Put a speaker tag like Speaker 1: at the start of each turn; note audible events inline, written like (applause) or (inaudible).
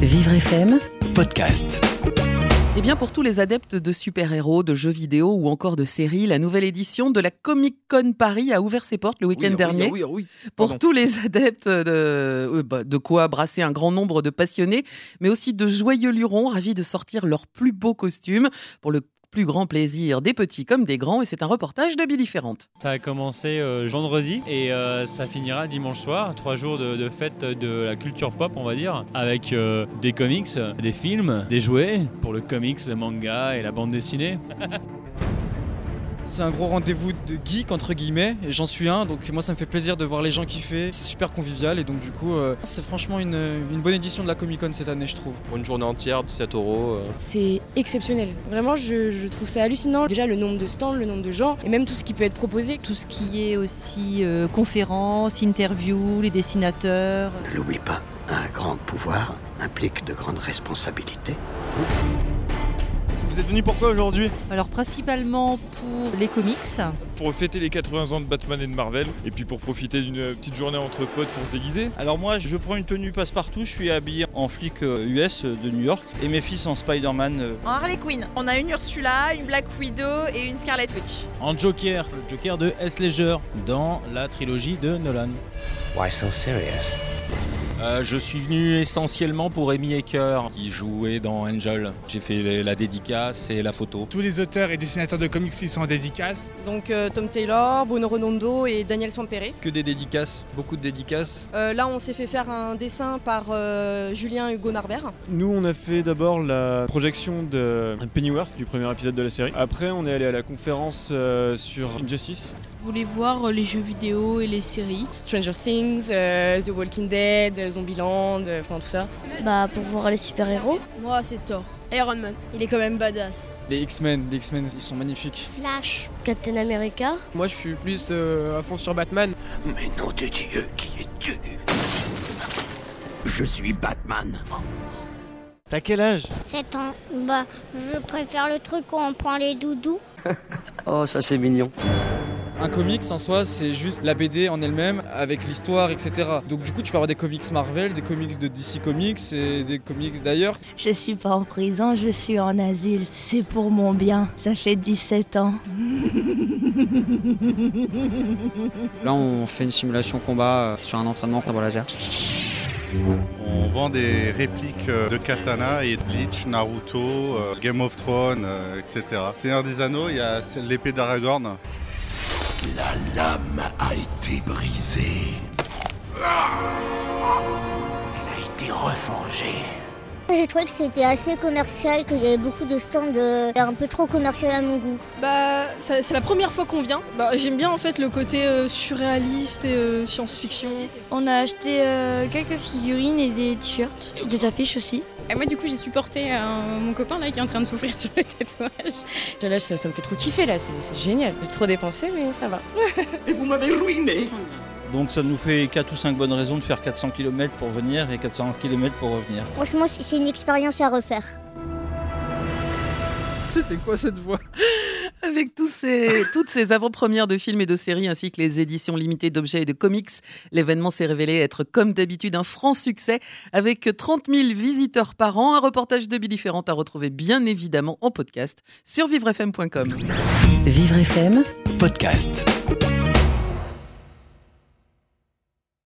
Speaker 1: Vivre FM,
Speaker 2: podcast.
Speaker 3: Eh bien, pour tous les adeptes de super-héros, de jeux vidéo ou encore de séries, la nouvelle édition de la Comic Con Paris a ouvert ses portes le week-end
Speaker 4: Oui, ah oui,
Speaker 3: dernier.
Speaker 4: ah oui, ah oui.
Speaker 3: Pour
Speaker 4: Pardon.
Speaker 3: tous les adeptes de, euh, bah, de quoi brasser un grand nombre de passionnés, mais aussi de joyeux lurons ravis de sortir leurs plus beaux costumes pour le plus grand plaisir des petits comme des grands. Et c'est un reportage de Billy Ferrante.
Speaker 5: Ça a commencé euh, vendredi et euh, ça finira dimanche soir. Trois jours de, de fête de la culture pop, on va dire, avec euh, des comics, des films, des jouets pour le comics, le manga et la bande dessinée.
Speaker 6: C'est un gros rendez-vous de geek entre guillemets, et j'en suis un, donc moi ça me fait plaisir de voir les gens kiffer, c'est super convivial et donc du coup euh, c'est franchement une, une bonne édition de la Comic Con cette année je trouve.
Speaker 7: Pour une journée entière, 17 euros. euh,
Speaker 8: C'est exceptionnel. Vraiment, je, je trouve ça hallucinant. Déjà, le nombre de stands, le nombre de gens, et même tout ce qui peut être proposé.
Speaker 9: tout ce qui est aussi euh, conférences, interviews, les dessinateurs.
Speaker 2: Ne l'oublie pas, un grand pouvoir implique de grandes responsabilités.
Speaker 10: Vous êtes venu pourquoi aujourd'hui
Speaker 9: Alors principalement pour les comics.
Speaker 11: pour fêter les 80 ans de Batman et de Marvel, et puis pour profiter d'une petite journée entre potes pour se déguiser.
Speaker 10: Alors moi, je prends une tenue passe-partout, je suis habillé en flic euh, US euh, de New York, et mes fils en Spider-Man. euh.
Speaker 12: En Harley Quinn, on a une Ursula, une Black Widow et une Scarlet Witch.
Speaker 13: en Joker, le Joker de S. Ledger dans la trilogie de Nolan.
Speaker 2: Why so serious?
Speaker 7: je suis venu essentiellement pour Amy Aker, qui jouait dans Angel. J'ai fait la dédicace et la photo.
Speaker 11: Tous les auteurs et dessinateurs de comics qui sont en dédicace.
Speaker 8: Donc, euh, Tom Taylor, Bruno Redondo et Daniel Sampere.
Speaker 6: Que des dédicaces, beaucoup de dédicaces.
Speaker 8: Euh, là, on s'est fait faire un dessin par euh, Julien Hugo Narbert.
Speaker 11: Nous, on a fait d'abord la projection de Pennyworth du premier épisode de la série. Après, on est allé à la conférence euh, sur Injustice.
Speaker 12: Vous voulez voir euh, les jeux vidéo et les séries
Speaker 8: Stranger Things, euh, The Walking Dead, euh, Zombieland, enfin tout ça.
Speaker 9: Bah pour voir les super-héros.
Speaker 12: Moi, c'est Thor. Iron Man, il est quand même badass.
Speaker 6: Les X-Men, les X-Men ils sont magnifiques.
Speaker 9: Flash. Captain America.
Speaker 10: Moi, je suis plus à fond sur Batman.
Speaker 2: Mais nom de Dieu, qui es-tu? Je suis Batman.
Speaker 10: T'as quel âge
Speaker 9: 7 ans. Bah je préfère le truc où on prend les doudous.
Speaker 2: Oh, ça c'est mignon.
Speaker 6: Un comics en soi c'est juste la BD en elle-même avec l'histoire etc. Donc du coup tu peux avoir des comics Marvel, des comics de DC Comics et des comics d'ailleurs.
Speaker 9: Je suis pas en prison, je suis en asile. C'est pour mon bien. Ça fait 17 ans.
Speaker 6: Là on fait une simulation combat euh, sur un entraînement combat laser.
Speaker 11: On vend des répliques euh, de Katana et de Bleach, Naruto, euh, Game of Thrones, etc. Seigneur des Anneaux, il y a l'épée d'Aragorn.
Speaker 2: La lame a été brisée. Elle a été reforgée.
Speaker 9: J'ai trouvé que c'était assez commercial, qu'il y avait beaucoup de stands euh, un peu trop commercial à mon goût.
Speaker 12: Bah, ça- c'est la première fois qu'on vient. Bah, j'aime bien en fait le côté euh, surréaliste et euh, science-fiction.
Speaker 9: On a acheté euh, quelques figurines et des t-shirts, des affiches aussi.
Speaker 12: Et moi, du coup, j'ai supporté euh, mon copain là qui est en train de souffrir (laughs) sur le tatouage.
Speaker 8: Là, ça, ça me fait trop kiffer, là, c'est c'est génial. J'ai trop dépensé, mais ça va.
Speaker 2: Et vous m'avez ruiné.
Speaker 10: Donc ça nous fait 4 ou 5 bonnes raisons de faire 400 km pour venir et 400 km pour revenir.
Speaker 9: Franchement, c'est une expérience à refaire.
Speaker 6: C'était quoi cette voix
Speaker 3: Avec tous ces, toutes ces avant-premières de films et de séries, ainsi que les éditions limitées d'objets et de comics, l'événement s'est révélé être, comme d'habitude, un franc succès, avec 30 000 visiteurs par an. Un reportage de Billy Ferrand à retrouver, bien évidemment, en podcast sur vivrefm.com.
Speaker 1: Vivre FM.
Speaker 2: Podcast.